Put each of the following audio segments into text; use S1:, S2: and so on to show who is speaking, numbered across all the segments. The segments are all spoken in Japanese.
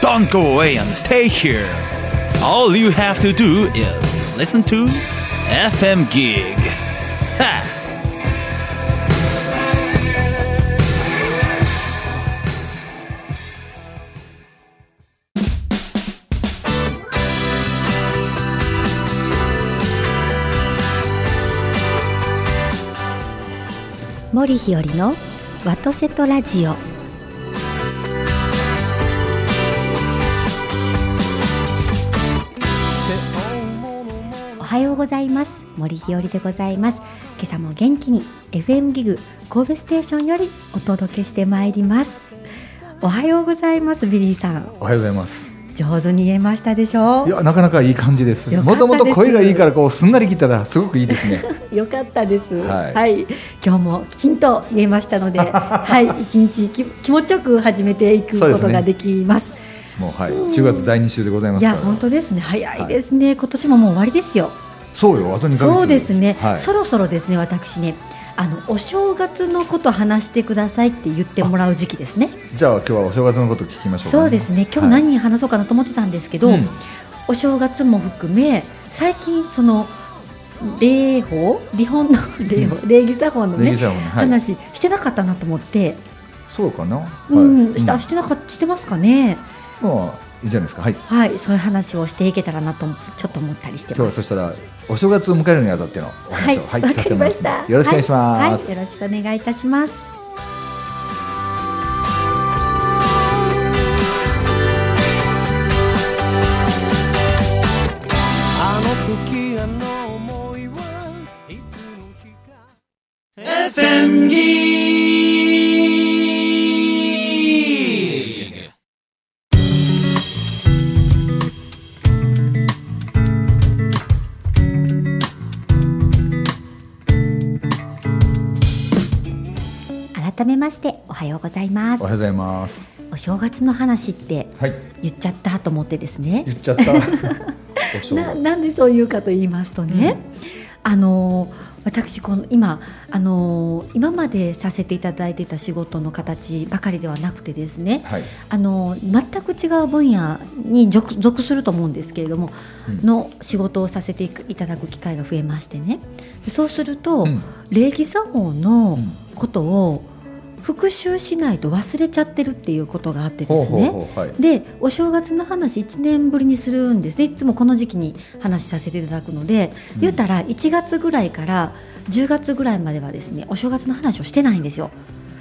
S1: Don't go away and stay here. All you have to do is to listen to FM Gig. Ha!
S2: 森日和のワトセトラジオおはようございます森日和でございます今朝も元気に FM ギグ神戸ステーションよりお届けしてまいりますおはようございますビリーさん
S3: おはようございます。
S2: 上手に言えましたでしょ
S3: いや、なかなかいい感じです。
S2: よかったで
S3: も
S2: す
S3: ともと声がいいから、こうすんなり切ったら、すごくいいです ね。
S2: よかったです。は、
S3: はいい
S2: 今日もきちんと言えました ので、はい、一日き気持ちよく始めていくこ
S3: そうです
S2: と
S3: ね
S2: ができます。
S3: もう、はい、10月第2週でございま
S2: い
S3: すか
S2: や、
S3: ら。
S2: 本当ですね、早いですね、今年ももう終わりですよ。
S3: そうよ、あと2ヶ月。
S2: そうですね、
S3: はい。
S2: そろそろですね、私ね。あのお正月のこと話してくださいって言ってもらう時期ですね。
S3: じゃあ、今日はお正月のこと聞きましょうか、
S2: そうですね。今日
S3: はい
S2: 何話そうかなと思ってたんですけど、
S3: うん
S2: お正月も含め最近その礼法、日本の礼法、礼儀作法のね
S3: 礼儀作法のはい
S2: 話してなかったなと思って、
S3: そうかな。は
S2: うん、した、
S3: ま
S2: してなかしてますかね。
S3: あ、いいじゃないですか。はい。
S2: はい、そういう話をしていけたらなとちょっと思ったりして
S3: 今日
S2: ま
S3: は
S2: す。
S3: そしたら、お正月を迎えるにあたってのお
S2: は
S3: 話
S2: い、
S3: を、
S2: わ、かりました。
S3: よろしくお願いします。
S2: はいはい、よろしくお願いいたします。
S1: FM Geek!
S2: 改めましておはようございます
S3: おはよう。ございます。
S2: お正月の話って
S3: はい。
S2: 言っちゃったと思ってですね。
S3: 言っちゃった。お正
S2: な
S3: 月。
S2: なんでそういうかと言いますとね、あのー私この今あのー今までさせていただいてた仕事の形ばかりではなくてですね
S3: はい。
S2: あのー全く違う分野に属属すると思うんですけれども、
S3: うん
S2: の仕事をさせていくいただく機会が増えましてねでそうすると、
S3: うん
S2: 礼儀作法の
S3: うん
S2: ことを復習しないと忘れちゃってるっていうことがあって
S3: ほ
S2: で
S3: う
S2: す
S3: ほう
S2: ね。
S3: ほう。はい。
S2: でお正月の話1年ぶりにするんですねいつもこの時期に話しさせていただくので、
S3: うん
S2: 言うたら1月ぐらいから10月ぐらいまではですねお正月の話をしてないんですよ。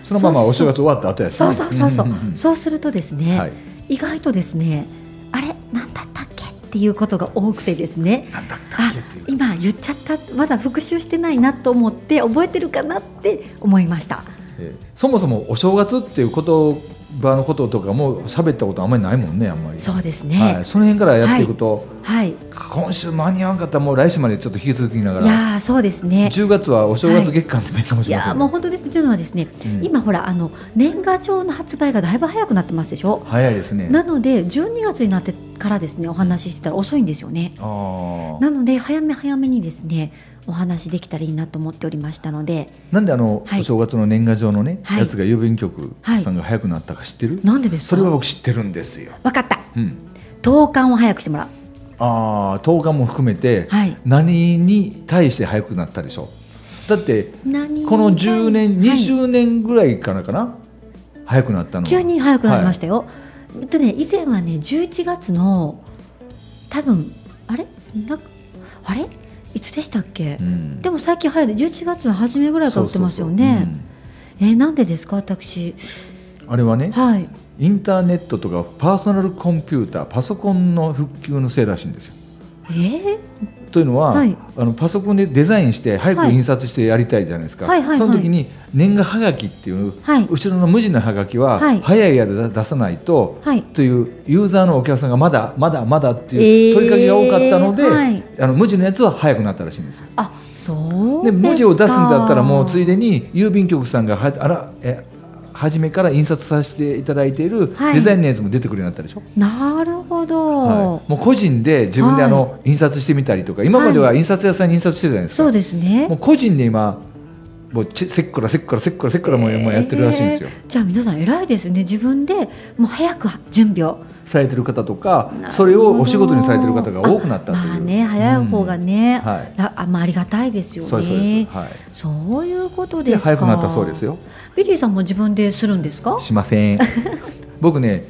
S3: そのままお正月終わった後やしね。
S2: そうそうそうそう,、
S3: んんん
S2: そうするとですね、
S3: はい。
S2: 意外とですねあれ何だったっけっていうことが多くてですね
S3: なんだった
S2: あ
S3: っけっていう。
S2: 今言っちゃったまだ復習してないなと思って覚えてるかなって思いました。
S3: えーそもそもお正月っていう言葉のこととかも喋ったことあんまりないもんねあんまり
S2: そうですね、
S3: はい、その辺からやっていくと、
S2: はい、い
S3: 今週間に合わんかったらもう来週までちょっと引き続きながら
S2: やーそうですね
S3: 10月はお正月月間でもいいかもし
S2: い
S3: れ
S2: や
S3: ませ
S2: ー
S3: んね、
S2: もう本当ですねというのはですね、
S3: うん
S2: 今ほらあの年賀状の発売がだいぶ早くなってますでしょ、
S3: 早いですね
S2: なので12月になってからですねお話ししてたら遅いんですよね
S3: あー
S2: なので早め早めにですねお話できたらいいなと思っておりましたので
S3: なんであの、
S2: はい
S3: お正月の年賀状のね、
S2: はい
S3: やつが郵便局さんが早くなったか知ってる、
S2: なんでです
S3: そ
S2: か
S3: れは
S2: 分
S3: 僕知ってるんですよ、
S2: かった
S3: うん、
S2: 投函を早くしてもらう
S3: ああ10日も含めて、
S2: はい
S3: 何に対して早くなったでしょだって
S2: 何
S3: この10年、
S2: はい
S3: 20年ぐらいからかな早くなったのは
S2: 急に早くなりましたよ、えっとね以前はね11月の多分あれなあれいつでしたっけ、
S3: うん
S2: でも最近早いね11月の初めぐらいから売ってますよね。えーなんでですか私
S3: そうそうそううんあれはね
S2: はい
S3: インターネットとかパーソナルコンピューターパソコンの復旧のせいらしいんですよ
S2: えー、
S3: というのは、
S2: はい
S3: あのパソコンでデザインして早
S2: は
S3: く
S2: い
S3: 印刷してやりたいじゃないですか、
S2: はいはいはい
S3: その時に年賀はがきっていう、
S2: はい
S3: 後ろの無地のはがきは、
S2: はい
S3: 早いやつ出さないと、
S2: はい
S3: というユーザーのお客さんがまだまだまだって
S2: えー
S3: いう問いかけが多かったので、
S2: はい
S3: あの無地のやつは早くなったらしいんですよ
S2: あそう
S3: で
S2: ですか
S3: 文字を出すんだったらもうついでに郵便局さんがはあらえ初めから印刷させていただいている
S2: はい
S3: デザインのやつも出てくるようになったでしょ、
S2: なるほど、
S3: はいもう個人で自分であの印刷してみたりとか今までは印刷屋さんに印刷してたじゃないですか、
S2: そうですね
S3: もう個人で今もうちせっくらせっくらせっくらせっくらもうもうやってるらしいんですよ。
S2: えーじゃあ皆さん偉いですね自分でもう早く準備を
S3: されてる方とか
S2: なるほど
S3: それをお仕事にされてる方が多くなったという。
S2: まあね早い方がね、
S3: うんはい
S2: らあまあありがたいですよね
S3: そうですそうです。はい。
S2: そういうことです
S3: で
S2: か
S3: 早くなったそうですよ。
S2: ビリーさんも自分でするんですか
S3: しませ ん。僕ね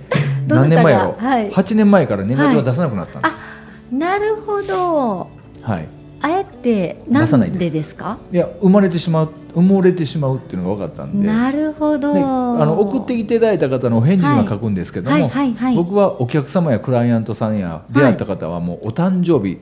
S2: どなたが
S3: 何年前やろ、
S2: はい
S3: 8年前から年賀状は出さなくなったんで
S2: なるほど
S3: す。はい。
S2: あえてな
S3: 出さない
S2: ん
S3: です
S2: でですか
S3: いや生まれてしまう埋もれてしまうっていうのが分かったんで。
S2: なるほど、
S3: ね、あの送ってきていただいた方のお返事には書くんですけども、
S2: はいはいはい
S3: 僕はお客様やクライアントさんや出会った方はもうお誕生日、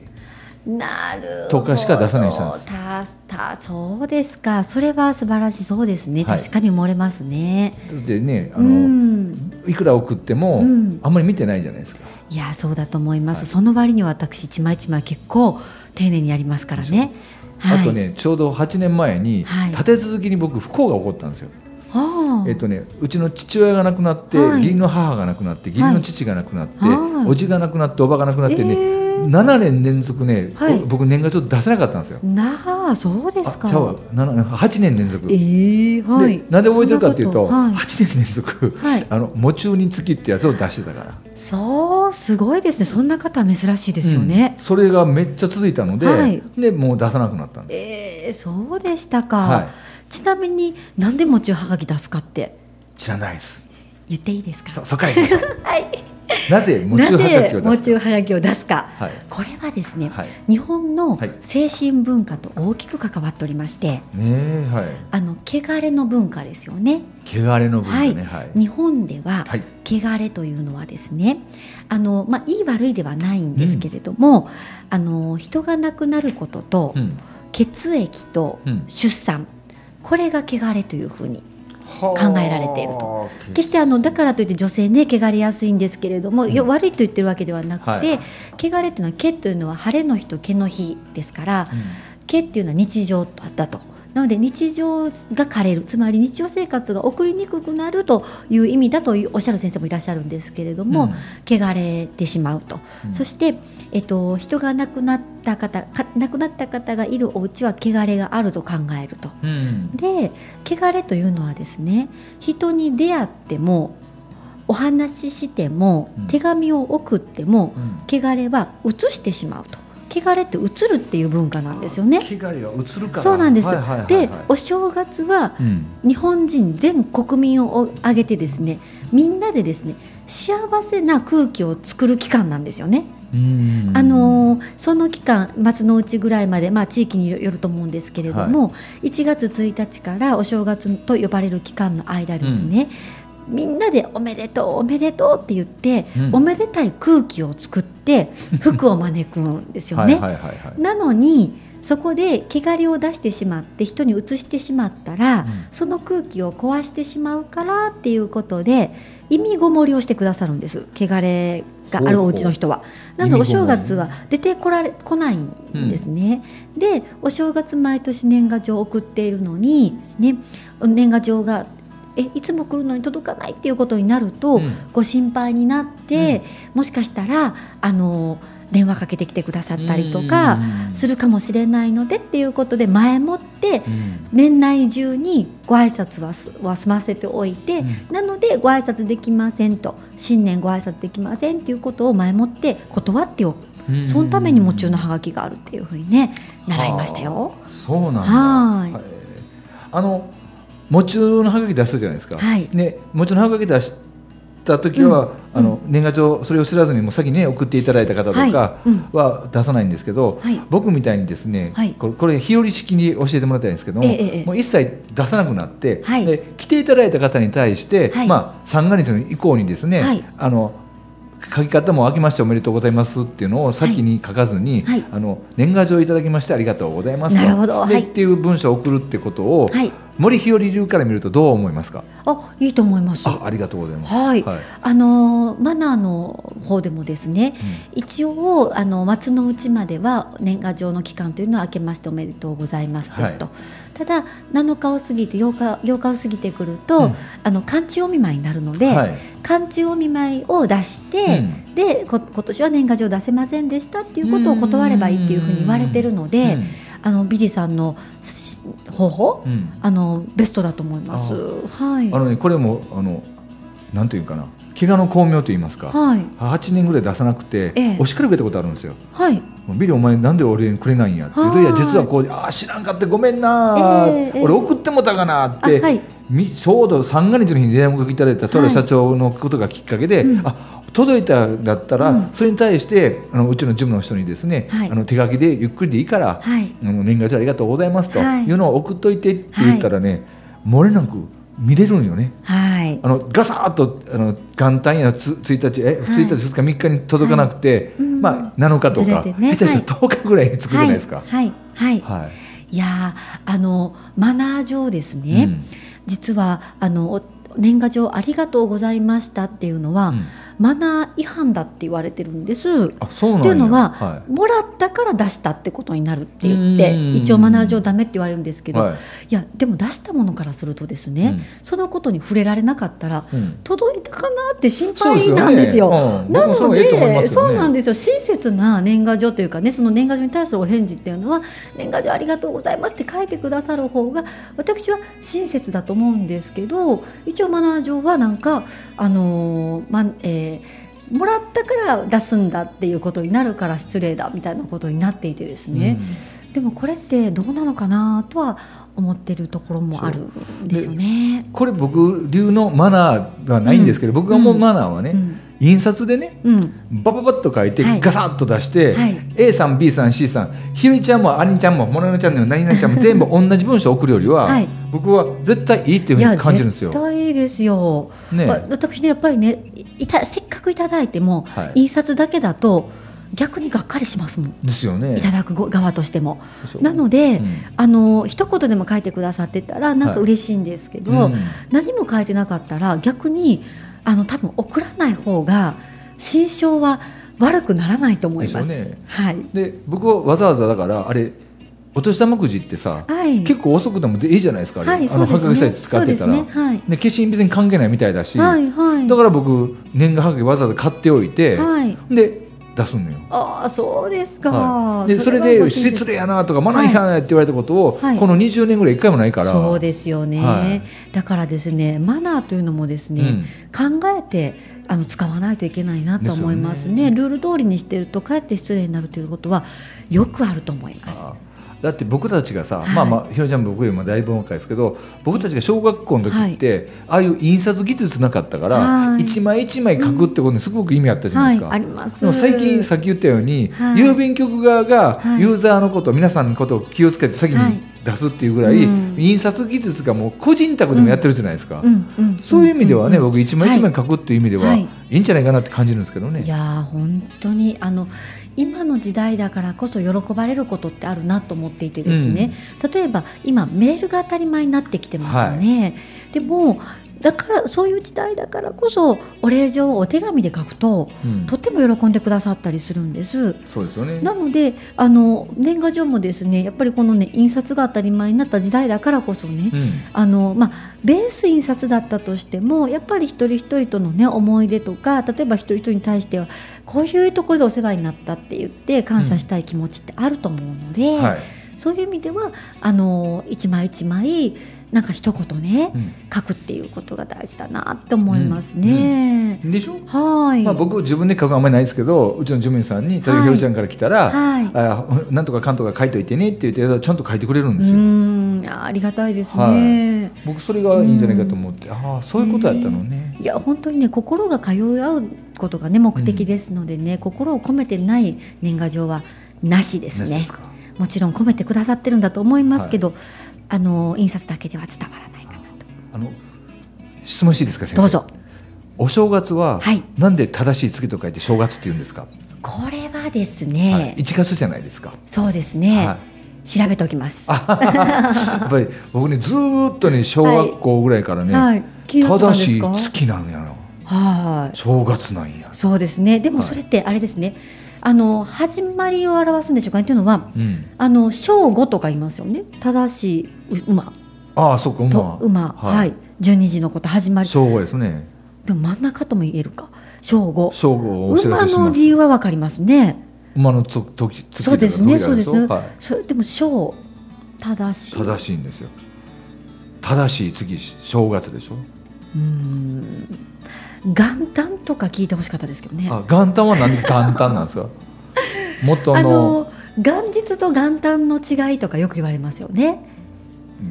S2: なるほど
S3: とかしか出さないようにしたん
S2: ですたたそうですかそれは素晴らしいそうですね、
S3: はい
S2: 確かに埋もれますね
S3: だってねあ
S2: う
S3: の、
S2: ん
S3: いくら送っても、
S2: うん
S3: あんまり見てないじゃないですか。
S2: いやそうだと思います、その割には私一枚一枚結構丁寧にやりますからねはい
S3: あとねちょうど8年前に、
S2: はい
S3: 立て続けに僕不幸が起こったんですよ、
S2: ああ
S3: えっとね、うちの父親が亡くなって、
S2: はい
S3: 義理の母が亡くなって義理の父が亡くなって、
S2: はい
S3: おじが亡くなっておばが亡くなってね、
S2: えー
S3: 7年連続ね、
S2: はい
S3: 僕年賀状出せなかったんですよ。
S2: なあそうで
S3: あ
S2: すか
S3: ちゃうわ7 8年連続
S2: ええは
S3: で
S2: い
S3: なんで覚えてるかっていうと
S2: そんなこ
S3: 8年連続、
S2: とはい、はい、
S3: あの「夢中につき」ってやつを出してたから
S2: そうすごいですねそんな方は珍しいですよ
S3: う
S2: ね
S3: ん、それがめっちゃ続いたので、
S2: はい
S3: でもう出さなくなったんで
S2: ええそうでしたか、
S3: はい
S2: ちなみになんでもちはがき出すかって
S3: 知らないです
S2: 言っていいですか
S3: そそっから行きましょ う
S2: はい
S3: なぜ夢
S2: な
S3: 中はがき
S2: ぜ
S3: を
S2: も
S3: 出す
S2: ちはがきを出すか、
S3: はい
S2: これはですね、
S3: はい
S2: 日本の
S3: はい
S2: 精神文化と大きく関わっておりまして、
S3: ねえはい
S2: あの汚れの文化ですよね
S3: 汚れの部分ねはい、
S2: 日本では
S3: はい
S2: 汚れというのはですねあの、まあ、いい悪いではないんですけれども、あの人が亡くなることと、
S3: うん
S2: 血液と
S3: うん
S2: 出産、これが汚れというふうに
S3: 考
S2: えられていると決してあのだからといって女性ね汚れやすいんですけれども、
S3: ん
S2: よ悪いと言ってるわけではなくて、
S3: はい
S2: 汚れというのは毛というのは晴れの日と毛の日ですから、毛っていうのは日常だと。なので日常が枯れるつまり日常生活が送りにくくなるという意味だというおっしゃる先生もいらっしゃるんですけれども、
S3: うん
S2: 汚れてしまうと、
S3: うん
S2: そして、えっと、人が亡くなった方か亡くなった方がいるお家は汚れがあると考えると。
S3: うん、うん
S2: で汚れというのはですね人に出会ってもお話ししても、
S3: うん
S2: 手紙を送っても
S3: う、ん
S2: 汚れは移してしまうと汚れって移るっていう文化なんですよね。
S3: 汚れが映るから
S2: そうなんです、
S3: はいはいはいはい
S2: でお正月は
S3: うん
S2: 日本人全国民を挙げてですねみんなでですね幸せな空気を作る期間なんですよね。
S3: うん
S2: あのーその期間松の内ぐらいまで、まあ、地域によると思うんですけれども、1月1日からお正月と呼ばれる期間の間ですね、みんなで「おめでとうおめでとう」って言って、
S3: うん
S2: おめでたい空気を作 って服を招くんですよ
S3: は
S2: ね。
S3: いはいはいはい
S2: なのにそこで汚れを出してしまって人に移してしまったら、
S3: ん
S2: その空気を壊してしまうからっていうことで意味ごもりをしてくださるんです汚れがあるお家の人は。なのでお
S3: 意味ご
S2: 正
S3: もり
S2: 月は出てこられこないんですね。でお正月毎年年賀状を送っているのにですね年賀状がえいつも来るのに届かないっていうことになると、
S3: うん
S2: ご心配になって、もしかしたらあの電話かけてきてくださったりとか。
S3: うん
S2: するかもしれないのでっていうことで前もって
S3: うん
S2: 年内中にご挨拶はすは済ませておいて、
S3: う
S2: なのでご挨拶できませんと新年ご挨拶できませんということを前もって断っておく、
S3: うん
S2: そのために夢中のハガキがあるっていうふうにね習いましたよ。
S3: そうなんだ。
S2: はい
S3: えーあの夢中のハガキ出したじゃないですか。
S2: はい
S3: ね夢中のハガキ出した時は、あの年賀状それを知らずにもう先にね送っていただいた方とか
S2: はいうん
S3: は出さないんですけど、
S2: はい
S3: 僕みたいにですね、
S2: はい
S3: これこれ日和式に教えてもらいたいんですけども、
S2: ええええ
S3: もう一切出さなくなって、
S2: はい
S3: で来ていただいた方に対して、
S2: はい
S3: まあ三が日の以降にですね、
S2: はい
S3: あの書き方も明けましておめでとうございますっていうのを先に書かずに、
S2: はいはい
S3: あの年賀状いただきましてありがとうございますと
S2: なるほど
S3: で
S2: はい
S3: っていう文章を送るってことを、
S2: はい、
S3: 森日和流から見るとどう思いますか
S2: あいいと思います。
S3: あありがとうございます
S2: はい、
S3: はい
S2: あのーマナーの方でもですね、一応あの松の内までは年賀状の期間というのは明けましておめでとうございますですと、ただ7日を過ぎて8日 ,8 日を過ぎてくると、
S3: うん
S2: あの寒中お見舞いになるので、
S3: はい
S2: 寒中お見舞いを出して、でこ今年は年賀状出せませんでしたっていうことを断ればいいっていうふうに言われてるので、
S3: うん
S2: あのビリーさんのし方法、
S3: うん
S2: あのベストだと思います。はい。
S3: あのねこれもあのなんていうかな怪我の巧妙と言いますか、
S2: はい。
S3: 8年ぐらい出さなくて、
S2: ええ
S3: お叱り受けたことあるんですよ
S2: はい。
S3: もうビリーお前なんで俺にくれないんやって言う
S2: は
S3: と
S2: ー
S3: い
S2: い
S3: や実はこうあー知らんかってごめんなー、
S2: ええええ
S3: 俺送ってもたかなーっ
S2: あはい
S3: て、みちょうど三が日の日に電話をいただいたトラ社長のことがきっかけで、
S2: うん
S3: あ届いたんだったら、
S2: うん
S3: それに対してあのうちの事務の人にですね、
S2: はい
S3: あの手書きでゆっくりでいいから、
S2: はい。
S3: あの年賀状ありがとうございますと
S2: はい
S3: いうのを送っといてって言ったらね、漏れなく見れるんよね。
S2: はい。
S3: あのガサッとあの元旦やつ1日え、
S2: はい
S3: 1日2日3日に届かなくて、
S2: はいうん
S3: まあ、7日と
S2: ずれ
S3: か、
S2: てね
S3: 下手したら10日ぐらいに作るじゃないですか。
S2: はい。はい。はい
S3: はい
S2: いやーあのマナー上ですね。
S3: うん
S2: 実はあのお年賀状ありがとうございましたっていうのは、
S3: うん
S2: マナー違反だって言われてるんです。
S3: あそうなん
S2: っ
S3: や
S2: ていうのは、
S3: は
S2: もらったから出したってことになるって言って
S3: うん
S2: 一応マナー上ダメって言われるんですけ
S3: い
S2: ど、
S3: はい
S2: いやでも出したものからするとですね、
S3: うん
S2: そのことに触れられなかったら、
S3: うん
S2: 届いたかなって心
S3: そう
S2: 配なんですよ。
S3: ねうん
S2: な
S3: 僕もそ
S2: の
S3: うがいいと思いま
S2: で、
S3: すよ
S2: そう
S3: ね
S2: なんですよ親切な年賀状というかねその年賀状に対するお返事っていうのは年賀状ありがとうございますって書いてくださる方が私は親切だと思うんですけど一応マナー上はなんかあのーまえーもらったから出すんだっていうことになるから失礼だみたいなことになっていてですね、でもこれってどうなのかなとは思ってるところもあるんですよね
S3: う。んこれ僕流のマナーがないんですけど、僕が思うマナーはね、
S2: うん
S3: 印刷でね
S2: うん、
S3: バババッと書いて
S2: はい
S3: ガサッと出して、
S2: はい
S3: A さん B さん C さんひろいちゃんもありんちゃんももなのちゃんも何々ちゃんも全部同じ文章を送るよりは、
S2: はい
S3: 僕は絶対いいって
S2: い
S3: いうふう
S2: や
S3: に感じるんですよ。
S2: 絶対いいですよ。
S3: ね
S2: わ私ねやっぱりねいたせっかくいただいても、
S3: はい
S2: 印刷だけだと逆にがっかりしますもん。
S3: ですよね
S2: い。ただくご側としても。
S3: そう
S2: なので、
S3: うん
S2: あの一言でも書いてくださってたらなんか
S3: はい
S2: 嬉しいんですけど、
S3: うん
S2: 何も書いてなかったら逆にあの多分送らない方が心象は悪くならないと思います。
S3: ですよね
S2: はい。
S3: で僕はわざわざだからあれお年玉くじってさ、
S2: はい。
S3: 結構遅くてもでいいじゃないですかあれ、
S2: はい、
S3: あ
S2: そ
S3: の
S2: うで
S3: は
S2: す
S3: がきさえ
S2: ね。
S3: 使
S2: そ
S3: っ
S2: う
S3: て
S2: で
S3: た
S2: す
S3: ら、
S2: ね。はい。
S3: で消印別に関係ないみたいだし、
S2: はいはい。
S3: だから僕年賀はがきわざわざ買っておいて、
S2: はい。
S3: で出すのよ。
S2: ああそうですか、
S3: はい、でそれ
S2: は欲
S3: で
S2: しいす
S3: 失礼やなとかマナー違反やって言われたことを、
S2: はい
S3: この20年ぐらい一回もないから
S2: そうですよね、
S3: はい
S2: だからですねマナーというのもですね、考えてあの使わないといけないなと思いますねルール通りにしてるとかえって失礼になるということはよくあると思います
S3: あーだって僕たちがさ、
S2: はい
S3: まあまあひろちゃんも僕よりもだいぶ若いですけど僕たちが小学校の時って、ああいう印刷技術なかったから、
S2: はい
S3: 一枚一枚書くってことにすごく意味あったじゃな
S2: はいい
S3: ですか。
S2: あります
S3: でも最近さっき言ったように、
S2: はい
S3: 郵便局側が
S2: はい
S3: ユーザーのこと、皆さんのことを気をつけて先
S2: はい
S3: に出すっていうぐらい、
S2: うん
S3: 印刷技術がもう個人宅でもやってるじゃないですか、
S2: うんうん
S3: そういう意味ではね、
S2: うんうん
S3: 僕一枚一枚書くっていう意味では、
S2: はい
S3: い、いんじゃないかなって感じるんですけどね。
S2: いやー本当にあの今の時代だからこそ喜ばれることってあるなと思っていてですね、例えば今メールが当たり前になってきてますよね、でもだからそういう時代だからこそお礼状をお手紙で書くと
S3: うん
S2: とっても喜んでくださったりするんです。
S3: そうですよね。
S2: なのであの年賀状もですねやっぱりこのね印刷が当たり前になった時代だからこそね、
S3: うん
S2: あのまあ、ベース印刷だったとしてもやっぱり一人一人との、ね、思い出とか例えば一人一人に対してはこういうところでお世話になったって言って感謝したい気持ちってあると思うので、
S3: はい
S2: そういう意味ではあの一枚一枚なんか一言ね、
S3: うん
S2: 書くっていうことが大事だなって思いますね。
S3: でしょ
S2: はい、
S3: まあ、僕自分で書くのあんまりないですけどうちの事務員さんに「例えばひろちゃんから来たら、
S2: はい
S3: あなんとかかんとか書いといてね」って言ってちゃんと書いてくれるん
S2: う
S3: ですよ。
S2: んありがたいですね。
S3: は僕それがいいんじゃないかと思って、ああそういうことだったのね。
S2: いや本当にね心が通い合うことがね目的ですのでね、心を込めてない年賀状はなしです
S3: なしで
S2: ね
S3: すか
S2: もちろん込めてくださってるんだと思いますけど、あの印刷だけでは伝わらないかなと
S3: あの質問していいですか先生
S2: どうぞ
S3: お正月は、
S2: はい
S3: なんで正しい月と書いて正月って言うんですか、
S2: これはですね、
S3: はい、1月じゃないですか。
S2: そうですね、
S3: は
S2: 調べておきますは
S3: やっぱり僕ねずーっとね小学校ぐらいからね、
S2: い気になってたん
S3: 正
S2: です
S3: しい
S2: か
S3: 月なんやな
S2: はい
S3: 正月なんや。
S2: そうですねでも
S3: はい
S2: それってあれですね、あの始まりを表すんでしょうかねというのは
S3: うん、
S2: あの正午とか言いますよね正しいう馬
S3: ああそうか
S2: と
S3: 馬
S2: 馬はい、12時のこと始まり
S3: 正午ですね。
S2: でも真ん中とも言えるか正午
S3: 正午をお知ら
S2: 馬
S3: せし
S2: の
S3: ます
S2: 理由はわかりますね
S3: 馬のととき
S2: そうですね、そうですね。
S3: はい
S2: そでも正正しい。
S3: 正しいんですよ正しい次正月でしょ
S2: うーん。元旦とか聞いてほしかったですけどね。あ
S3: あ元旦は何で元旦なんで すかもっとあの
S2: の元日と元旦の違いとかよく言われますよね。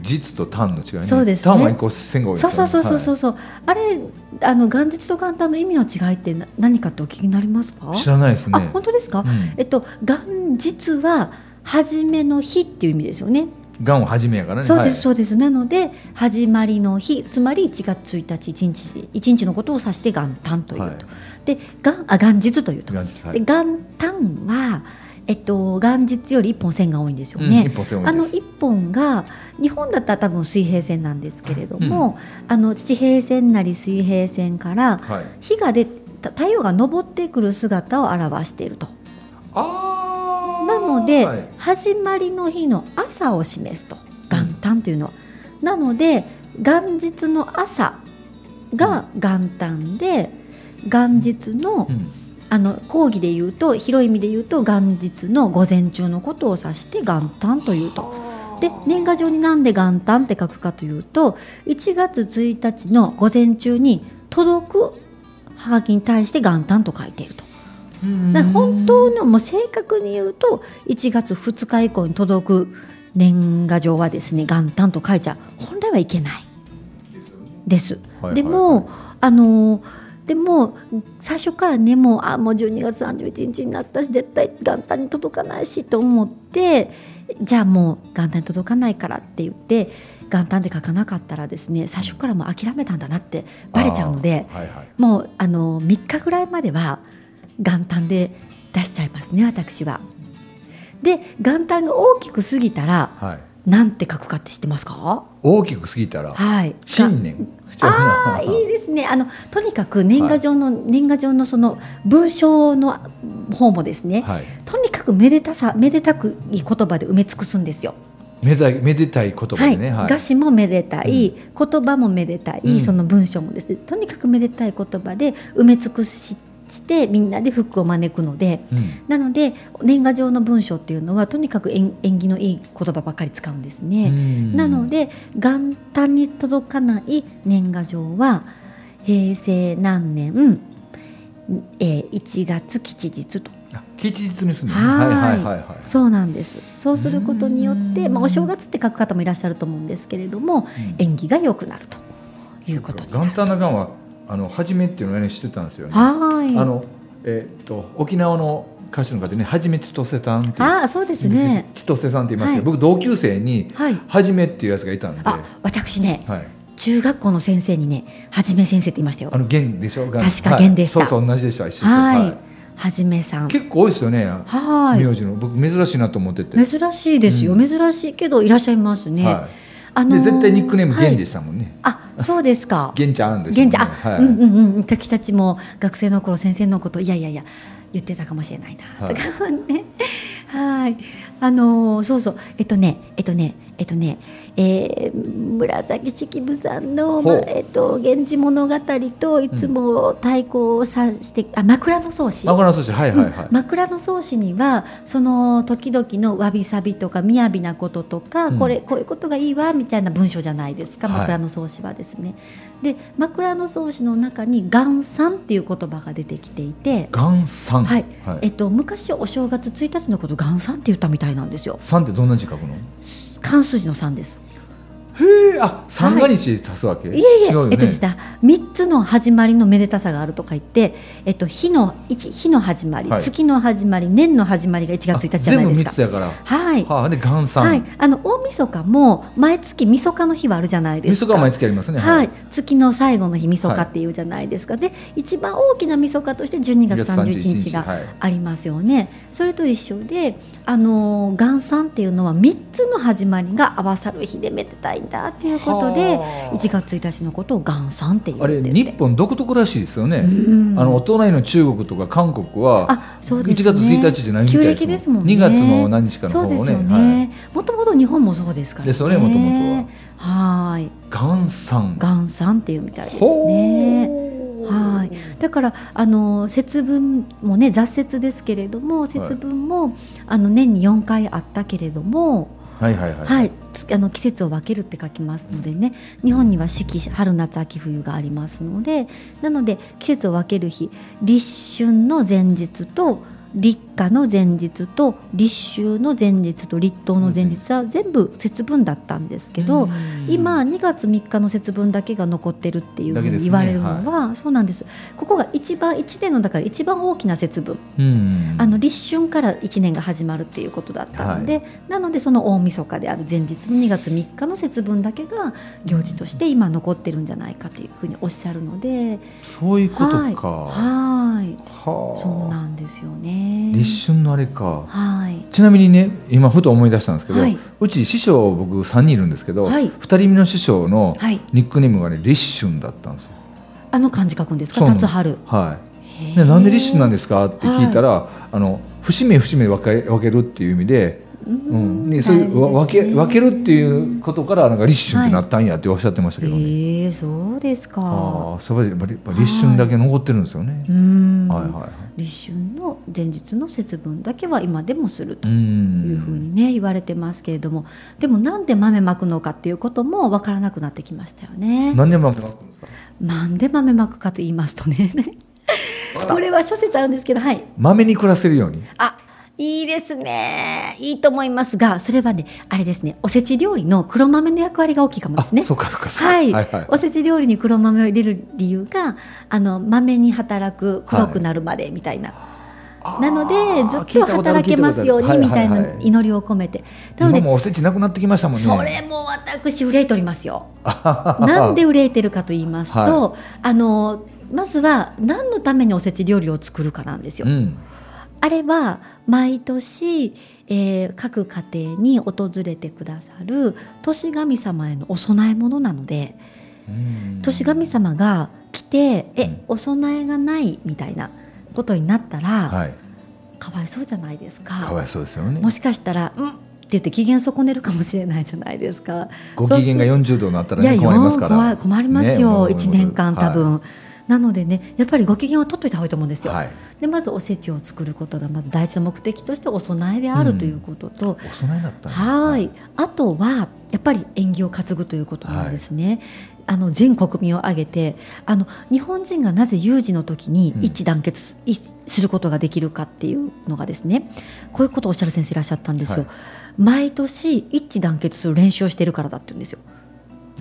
S3: 実と単の違いね
S2: そうですね
S3: 単は一個線が多い
S2: そうそうそうそうそううそう。あれあの元日と元旦の意味の違いってな何かってお聞きになりますか？
S3: 知らないです
S2: あ
S3: ね
S2: 本当ですか？
S3: うん
S2: えっと元日は初めの日っていう意味ですよね。
S3: 元を始めやからね
S2: そうです、
S3: は
S2: そうですなので始まりの日つまり1月1日1日一日のことを指して元旦というと、
S3: はい
S2: で元あ元日というと、
S3: い元日は
S2: で
S3: い
S2: 元旦は、えっと、元日より1本線が多いんですよ
S3: うん
S2: ね
S3: 一。本線多
S2: あ
S3: いで
S2: の
S3: す
S2: 1本が日本だったら多分水平線なんですけれども、あの地平線なり水平線から
S3: はい
S2: 火が出た太陽が昇ってくる姿を表していると。
S3: あー
S2: なので、
S3: はい
S2: 始まりの日の朝を示すと元旦というのは、なので元日の朝が元旦で元日の,、
S3: うん
S2: あの講義で言うと広い意味で言うと元日の午前中のことを指して元旦というと。で年賀状になんで元旦って書くかというと1月1日の午前中に届くはがきに対して元旦と書いていると。だから本当のもう正確に言うと1月2日以降に届く年賀状はですね元旦と書いちゃ本来はいけないです。
S3: はい
S2: で
S3: はい
S2: もあのでも最初からねもうあもう12月31日になったし絶対元旦に届かないしと思ってじゃあもう元旦に届かないからって言って元旦で書かなかったらですね最初からもう諦めたんだなってバレちゃうので。
S3: あーはいはい
S2: もうあの3日ぐらいまでは元旦で出しちゃいますね私は。で元旦が大きく過ぎたら
S3: はい
S2: なんて書くかって知ってますか
S3: 大きく過ぎたら
S2: はい
S3: 新年
S2: ああいいですねあのとにかく年賀状の、年賀状のその文章の方もですね、
S3: はい
S2: とにかくめでたさめでたくいい言葉で埋め尽くすんですよ。
S3: めでたいめでたい言葉
S2: は
S3: で
S2: い、
S3: ねはい
S2: 菓子もめでたい、言葉もめでたい、
S3: うん
S2: その文章もですねとにかくめでたい言葉で埋め尽くししてみんなで服を招くので
S3: うん
S2: なので年賀状の文章っていうのはとにかく縁縁起のいい言葉ばかり使うんです
S3: う
S2: ね。
S3: ん
S2: なので元旦に届かない年賀状は平成何年、えー1月吉日と
S3: あ吉日にするのね
S2: は
S3: はいいはいはいはい
S2: そうなんですそうすることによって、
S3: うん
S2: まあ、お正月って書く方もいらっしゃると思うんですけれども、
S3: うん
S2: 縁起が良くなるということにな
S3: 元
S2: る。
S3: 旦の元はあの初めっていうのをね知ってたんですよねあ
S2: はい。
S3: のえーっと沖縄の歌手の方でねはじめちとせさんっていう
S2: ああ、そうですね。
S3: ちとせさんって言いますけど
S2: は
S3: 僕同級生に
S2: はい。
S3: はじめっていうやつがいたんで
S2: あ、私ね、
S3: はい
S2: 中学校の先生にね、はじめ先生って言いましたよ
S3: あ。の弦でしょ確
S2: 確か弦でした
S3: そうそう同じでした一緒で
S2: はい
S3: は。
S2: はじめさん
S3: い。結構多いですよね
S2: は
S3: 名字の僕珍しいなと思ってて
S2: い。珍しいですよ。
S3: う
S2: 珍しいけどいらっしゃいますね。
S3: は
S2: あ
S3: い
S2: の
S3: で
S2: ー
S3: 絶対ニックネーム
S2: はい
S3: 弦でしたもんね
S2: あ、そうです か。
S3: 弦ちゃんですよね
S2: 現地、あ、
S3: はい
S2: うんうんうん、私たちも学生の頃先生のこと、いやいやいや、言ってたかもしれないな。
S3: はい
S2: とかね、はい、あのーそうそう、えっとね、えっとね、えっとね。えー、紫式部さんの、
S3: ほ
S2: ま
S3: う
S2: あえっと、源氏物語といつも太鼓をさして、あ、枕草子。
S3: マカロン寿司はいはいはい、
S2: うん枕草子にはその時々のわびさびとかみやびなこととか、
S3: うん
S2: これこういうことがいいわみたいな文章じゃないですか
S3: はい
S2: 枕草子はですね。で枕草子の中に「元三」っていう言葉が出てきていて、
S3: 元三
S2: はい
S3: はい
S2: えっと、昔お正月1日のこと「元三」って言ったみたいなんですよ。
S3: 三ってどんな字書くの
S2: 漢数字の三です。
S3: へえあ三が日足すわけ、
S2: いえいえ、
S3: 違うよ
S2: え
S3: ね
S2: っとですね、3つの始まりのめでたさがあるとか言って、えっと、日の一日の始まり、
S3: はい
S2: 月の始まり年の始まりが1
S3: あ
S2: 月1日じゃない
S3: 全部
S2: です
S3: 三
S2: か
S3: つ。やから
S2: はい、
S3: はあで元三、
S2: はい、あの大晦日も毎月晦日の日はあるじゃないで
S3: み
S2: す
S3: そ
S2: か。
S3: が毎月ありますね
S2: はい、月の最後の日晦日っていうじゃないですか、で一番大きな晦日として12月31日が
S3: はい
S2: ありますよねそれと一緒であのー元三っていうのは3つの始まりが合わさる日でめでたいんだっていうことで
S3: はあ
S2: 1月1日のことを元三って言
S3: あ
S2: っ
S3: れ
S2: てて
S3: 日本独特らしいですよね、
S2: うん
S3: あのお隣の中国とか韓国は
S2: あそう
S3: 1
S2: です、
S3: 月
S2: ね、
S3: 1日じゃないみた
S2: 旧
S3: い
S2: 暦ですもんね
S3: 2月の何日かの方
S2: そうで
S3: をね
S2: すよ
S3: はい
S2: ねもともと日本もそうですからね
S3: ですよね元々
S2: ははい
S3: 元三
S2: 元三っていうみたいですね。
S3: ほう
S2: はい、だからあの節分もね雑節ですけれども節分も、あの年に4回あったけれども、
S3: はいはいはい、
S2: はい、つあの季節を分けるって書きますのでね日本には四季春夏秋冬がありますのでなので季節を分ける日立春の前日と立夏の前日と立秋の前日と立冬の前日は全部節分だったんですけど、今2月3日の節分だけが残ってるっていうふうに言われるの
S3: だけ
S2: は、
S3: です
S2: そうなんですここが一番1年の中で一番大きな節分
S3: うん
S2: あの立春から1年が始まるっていうことだったので、なのでその大晦日である前日の2月3日の節分だけが行事として今残ってるんじゃないかというふうにおっしゃるので
S3: そういうことか、
S2: はいはい
S3: はあ
S2: そうなんですよね。
S3: 立春のあれか
S2: はい
S3: ちなみにね今ふと思い出したんですけど、
S2: はいう
S3: ち師匠僕3人いるんですけど、
S2: は
S3: 二
S2: い
S3: 2人目の師匠の
S2: はい、
S3: ニックネームがね立春だったんですよ
S2: あの漢字書くんですか
S3: そうなんで
S2: 辰
S3: す
S2: 春
S3: はい、でなんで立春なんですすかって聞いたら、あの節目節目分け分けるっていう意味で,、
S2: う
S3: うん
S2: ん
S3: ね、
S2: 大
S3: そう
S2: 事
S3: い
S2: です
S3: う
S2: ね
S3: わ分け分けるっていうことからなんか立春ってなったんやっておっしゃってましたけどね、
S2: ええそうですか
S3: ああそうやっぱりやっぱ立春だけ残ってるんですよね
S2: う、ん、
S3: はいはいはい
S2: 立春の前日の節分だけは今でもすると
S3: う
S2: い
S3: ん
S2: うふうにね言われてますけれどもでもなんで豆まくのかっていうことも分からなくなってきましたよね。
S3: 何年前からなんですか
S2: なんで豆まくかと言いますと ねこれは諸説あるんですけどはい
S3: 豆に暮らせるように
S2: あいいですねいいと思いますがそれはねあれですねおせち料理の黒豆の役割が大きいかも
S3: あ
S2: ですね。
S3: そうかそうかそうか
S2: はい、
S3: はいはい
S2: おせち料理に黒豆を入れる理由があの豆に働く黒くなるまでみたいな、
S3: あー
S2: なのでずっ
S3: 聞い
S2: と
S3: たことある
S2: 働けますよう
S3: 聞
S2: にみ
S3: たこと
S2: た
S3: あ
S2: い
S3: るはは
S2: な
S3: は
S2: 祈りを込めてなの
S3: 今
S2: で
S3: もうおせちなくなってきましたもんね
S2: それも私憂いておりますよ。なんで憂いてるかと言いますと、
S3: は
S2: あのまずは何のためにおせち料理を作るかなんですよ。
S3: うん
S2: あれは毎年、えー各家庭に訪れてくださる年神様へのお供え物なので
S3: うん
S2: 年神様が来て、
S3: う
S2: え
S3: ん
S2: お供えがないみたいなことになったら、
S3: はい
S2: かわいそうじゃないです
S3: かわいそうですよね
S2: もしかしたら「うん」って言って機嫌損ねるかもしれないじゃないですか。
S3: ご機嫌が40度になったらね困りますか
S2: いやよ
S3: ら
S2: ん困困ります
S3: ねも
S2: よ、
S3: う
S2: 一年間
S3: はい
S2: 多分、なのでねやっぱりご機嫌を取っといた方がいいと思うんですよ、
S3: はい
S2: でまずおせちを作ることがまず第一の目的としてお供えであるということと、
S3: お供えだったんだ
S2: はいあとはやっぱり縁起を担ぐということなんですね。あの全国民を挙げてあの日本人がなぜ有事の時に
S3: うん
S2: 一致団結す,い、することができるかっていうのがですねこういうことをおっしゃる先生いらっしゃったんですよ、
S3: はい
S2: 毎年一致団結する練習をしてるからだって言うんですよ。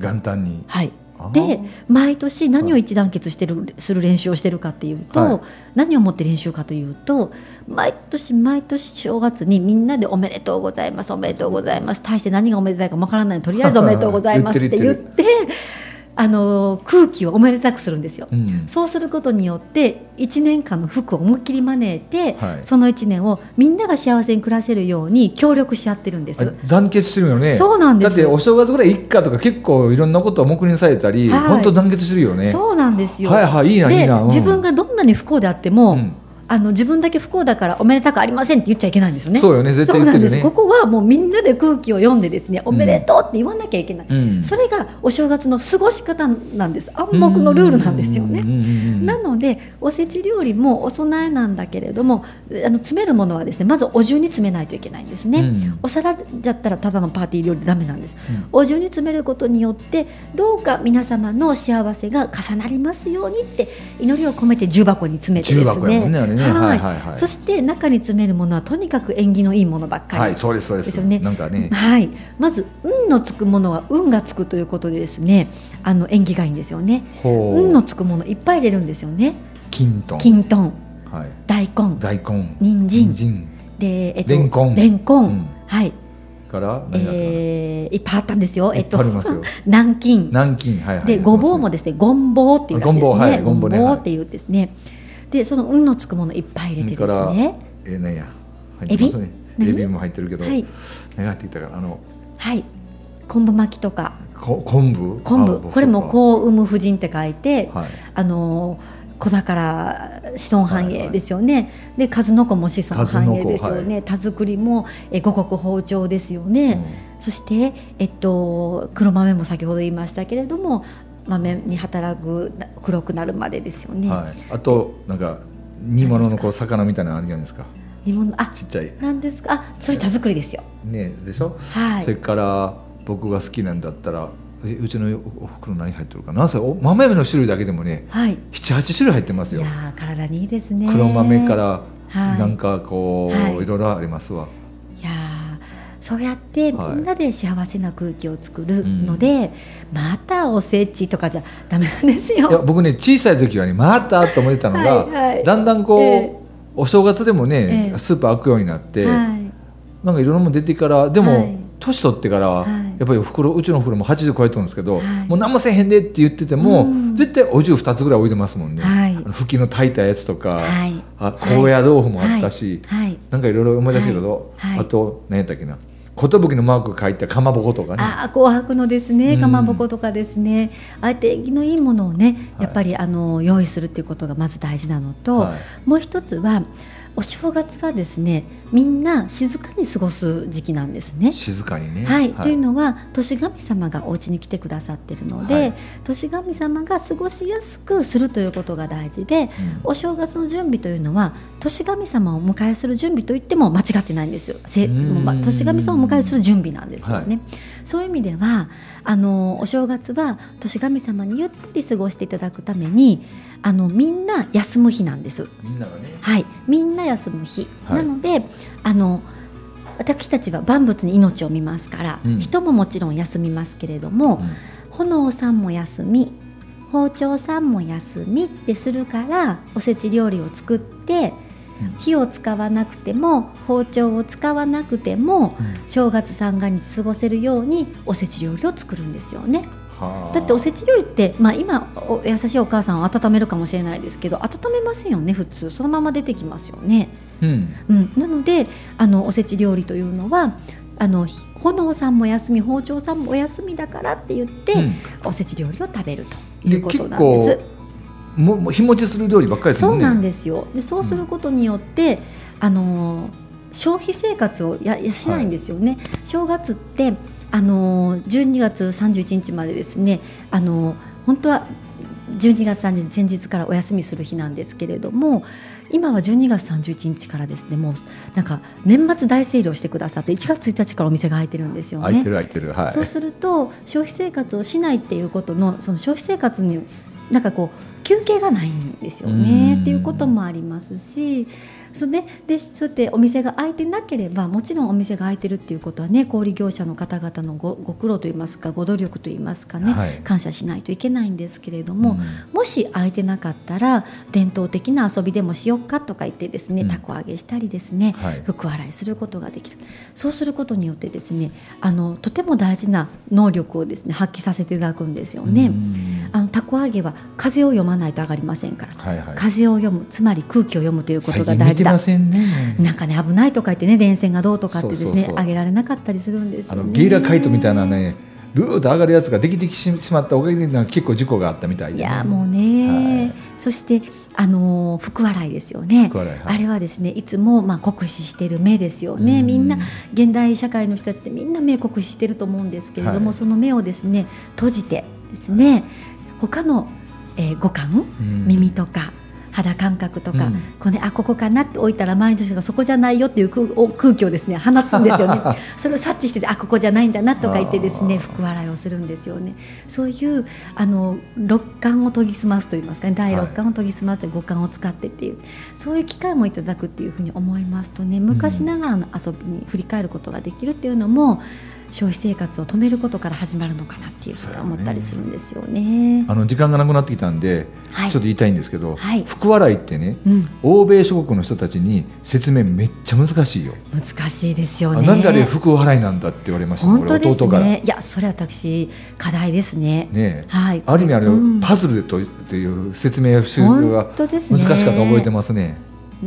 S3: 元旦に
S2: はい、
S3: あー
S2: で毎年何を一致団結してる、する練習をしてるかっていうと、
S3: はい
S2: 何をもって練習かというと毎年毎年正月にみんなで「おめでとうございますおめでとうございます」大して何がおめでたいかもわからないとりあえず「おめでとうございます」って言
S3: 言
S2: っ
S3: ってて
S2: あのー空気をおめでたくするんですよ。
S3: うん
S2: そうすることによって1年間の服を思いっきり招いて、
S3: はい
S2: その1年をみんなが幸せに暮らせるように協力し合ってるんです。
S3: あ団結してるよね
S2: そうなんです
S3: だってお正月ぐらい一家とか結構いろんなことを黙認されたり
S2: はい
S3: 本当団結してるよね
S2: そうなんですよ、
S3: はいはいいいないい
S2: で
S3: なうん
S2: 自分がどんなに不幸であっても、
S3: うん
S2: あの自分だけ不幸だからおめでたくありませんって言っちゃいけないんですよね。
S3: そうよね絶対言ってるよね
S2: そうなんです。ここはもうみんなで空気を読んでですね、おめでとうって言わなきゃいけない。
S3: うん
S2: それがお正月の過ごし方なんです。暗黙のルールなんですよね。
S3: うんうんうんうん
S2: なのでおせち料理もお供えなんだけれどもあの詰めるものはですねまずお重に詰めないといけないんですね、
S3: うん
S2: お皿だったらただのパーティー料理ダメなんです、お重に詰めることによってどうか皆様の幸せが重なりますようにって祈りを込めて重箱に詰めてですね
S3: 重箱やもんねあれね
S2: はい
S3: はいはいはい
S2: そして中に詰めるものはとにかく縁起のいいものばっかり、
S3: はいそうですそうで
S2: です
S3: す
S2: よね
S3: なんかね
S2: はい、まず「運のつくものは「運がつくということでですねあの縁起がいいんですよね。
S3: ほう
S2: 運のつくものいっぱい入れるんですよね。
S3: きんとん
S2: きんとん、
S3: はい
S2: 大根、
S3: 大根
S2: 人参
S3: 参
S2: で、えっ
S3: れんこん
S2: れんこん
S3: うん
S2: はい、
S3: から何だったかな
S2: えー、いっぱいあったんですよ。
S3: いっぱいありますよ
S2: 南京、
S3: 南京はいはい
S2: で、ごぼうも
S3: で
S2: ですね、ごんぼうっていうらしいですね。
S3: ごんぼうはいごんぼうね
S2: ごんぼうっていうですね。で、その運のつくものいっぱい入れてですね。
S3: えー、何や入
S2: エビ
S3: ってますね
S2: 何
S3: エビも入ってるけど
S2: はい
S3: 何が入ってきたからあの
S2: はい、昆布巻きとか、
S3: こ昆布
S2: 昆
S3: あ
S2: 布、これもこう産む婦人って書いて
S3: う、はい
S2: あのー子宝子孫繁栄ですよね、で数の子も子孫繁栄ですよ
S3: 数の子
S2: ね、田作りもえ五穀豊穣ですよね、
S3: うん
S2: そして、えっと、黒豆も先ほど言いましたけれどもまめに働く黒くなるまでですよね。
S3: はい、あとなんか煮物のこう魚みたいなのあるじゃないですか
S2: 煮物あ
S3: ちっちゃい
S2: なんですかあそれ手作りですよ。
S3: ねでしょ、
S2: はい
S3: それから僕が好きなんだったらえうちのおお袋何入ってるかなそれお豆の種類だけでもね
S2: はい。い
S3: 78種類入ってますよ
S2: やー体にいいですね。
S3: 黒豆から
S2: はい
S3: なんかこう、
S2: はい
S3: い、ろいろありますわ、
S2: いやーそうやってみ
S3: はい
S2: んなで幸せな空気を作るので、またおせちとかじゃダメなんです
S3: いや
S2: よ。
S3: 僕ね小さい時はねまたと思ってたのが
S2: はいはい
S3: だんだんこう、
S2: ええ
S3: お正月でもね、
S2: ええ
S3: スーパー開くようになって、
S2: はい、
S3: なんかいろんなもん出てからでも、
S2: はい
S3: 年取ってからは、
S2: はい
S3: やっぱりお袋うちのお袋も80超えてるんですけど、
S2: はい
S3: もう何もせえへんでって言ってて
S2: う
S3: も、
S2: ん
S3: 絶対お重2つぐらい置いてますもんね、
S2: はい
S3: あのふきの炊いたやつとか、
S2: はい
S3: あ高野豆腐もあったし、
S2: はいはい
S3: なんかいろいろ思い出したけど、
S2: はいはい
S3: あと何やったっけな寿のマーク書いたかまぼことかね
S2: ああ紅白のですね
S3: うん
S2: かまぼことかですね、ああえて縁起のいいものをね
S3: はい
S2: やっぱり、あの用意するっていうことがまず大事なのと、
S3: はい
S2: もう一つはお正月はですねみんな静かに過ごす時期なんですね。
S3: 静かにね。
S2: はい、というのは年神様がお家に来てくださってるので、
S3: はい
S2: 年神様が過ごしやすくするということが大事で
S3: うん
S2: お正月の準備というのは年神様をお迎えする準備と言っても間違ってないんですよ。せ
S3: うん
S2: もうま年神様をお迎えする準備なんですよね。
S3: は
S2: そういう意味ではあのお正月は年神様にゆったり過ごしていただくためにあのみんな休む日なんです。
S3: みんながね
S2: はい、みんな休む日、
S3: はい
S2: なのであの私たちは万物に命を見ますから、
S3: うん
S2: 人ももちろん休みますけれども、
S3: うん
S2: 炎さんも休み包丁さんも休みってするからおせち料理を作って
S3: うん
S2: 火を使わなくても包丁を使わなくても
S3: うん
S2: 正月三が日過ごせるようにおせち料理を作るんですよね。
S3: はあ
S2: だっておせち料理って、まあ、今お優しいお母さんは温めるかもしれないですけど温めませんよね普通そのまま出てきますよね、
S3: うん
S2: うん、なのであのおせち料理というのはあのひ炎さんもお休み包丁さんもお休みだからって言って、
S3: うん
S2: おせち料理を食べるとい
S3: で
S2: うこと
S3: 結
S2: なんです。
S3: 構ももう日持ちする料理ばっかりです
S2: そ
S3: もん
S2: う
S3: ね。
S2: なんですよ。で、そうすることによって、あのー消費生活をや養うんですよね。正月ってあのー12月31日までですね。あのー本当は12月30日先日からお休みする日なんですけれども。今は12月31日からですねもうなんか年末大セールをしてくださって1月1日からお店が開いてるんですよね。
S3: 空いてる空いてるはい。
S2: そうすると消費生活をしないっていうことのその消費生活になんかこう休憩がないんですよ
S3: う
S2: ね
S3: ん
S2: っていうこともありますし。そうね、でそうやってお店が開いてなければもちろんお店が開いてるっていうことはね小売業者の方々のごご苦労といいますかご努力といいますかね、
S3: はい
S2: 感謝しないといけないんですけれども、
S3: う
S2: もし空いてなかったら伝統的な遊びでもしよっかとか言ってですね、
S3: うん
S2: たこ揚げしたりですね、
S3: はい
S2: 福笑いすることができるそうすることによってですねあのとても大事な能力をですね発揮させていただくんですよ
S3: ん
S2: ね。
S3: うん
S2: あのたこ揚げは風を読まないと上がりませんから、
S3: はいはい。
S2: 風を読むつまり空気を読むということが
S3: 最近
S2: 大
S3: 見て
S2: 事だ
S3: ま。せんね。
S2: なんかね危ないとか言ってね電線がどうとかってですね
S3: そうそうそう
S2: 上げられなかったりするんです
S3: あ
S2: よね。
S3: のゲイラカイトみたいなねブーッと上がるやつができてきてしまったおかげでなんか結構事故があったみたいで、
S2: いやもうね、
S3: はい
S2: そしてあのー福笑いですよね
S3: 福笑いはい
S2: あれはですねいつもまあ酷使してる目ですよね
S3: うん
S2: みんな現代社会の人たちってみんな目酷使してると思うんですけれども、
S3: はい
S2: その目をですね閉じてですね他の、えー五感
S3: うん
S2: 耳とか肌感覚とか、
S3: うん
S2: こうね、あここかなって置いたら周りの人がそこじゃないよっていう空お空気をですね放つんです よねそれを察知しててあここじゃないんだなとか言ってですね
S3: あー
S2: 福笑いをするんですよねそういうあの六感を研ぎ澄ますと言いますかね第六感を研ぎ澄ますという五感を使ってっていう、そういう機会もいただくっていうふうに思いますとね昔ながらの遊びに振り返ることができるっていうのも消費生活を止めることから始まるのかなっていうふうに思ったりするんですよね。
S3: あの時間がなくなってきたんで、
S2: はい
S3: ちょっと言いたいんですけど、
S2: はい
S3: 福笑いってね、
S2: うん
S3: 欧米諸国の人たちに説明めっちゃ難しいよ。
S2: 難しいですよ
S3: あ
S2: ね。
S3: なんであれ福笑いなんだって言われましたね。
S2: 本当で
S3: 俺
S2: す
S3: 弟から
S2: ね。いや、それは私課題ですね。
S3: ねえ
S2: はい。
S3: ある意味あれ、
S2: うん
S3: パズルでとっていう説明終了が
S2: 本当
S3: 難
S2: で
S3: し
S2: す
S3: かっ
S2: ね
S3: たの覚えてますね。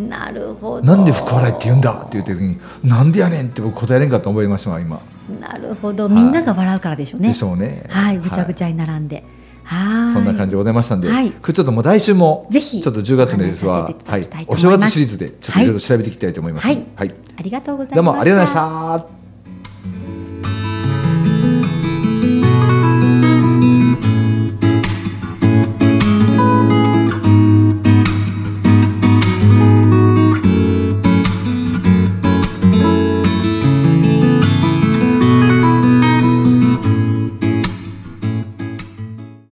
S2: なるほど。
S3: なんで福笑いって言うんだって言った時になんでやねんって僕答えれんかった覚えましたわ今、
S2: なるほど。
S3: はい
S2: みんなが笑うからでしょうね。
S3: でしょうね
S2: はい、ぐちゃぐちゃに並んで。は。
S3: はいいそんな感じでございましたんで、
S2: はい
S3: これちょっともう来週も
S2: ぜひ
S3: ちょっと10月のです
S2: お
S3: は
S2: 話しさせていただきたいと
S3: お
S2: 思います
S3: 正月シリーズでちょっといろいろ調べていきたいと思います、
S2: はい
S3: はい、
S2: ありがとうございました。
S3: どうもありがとうございました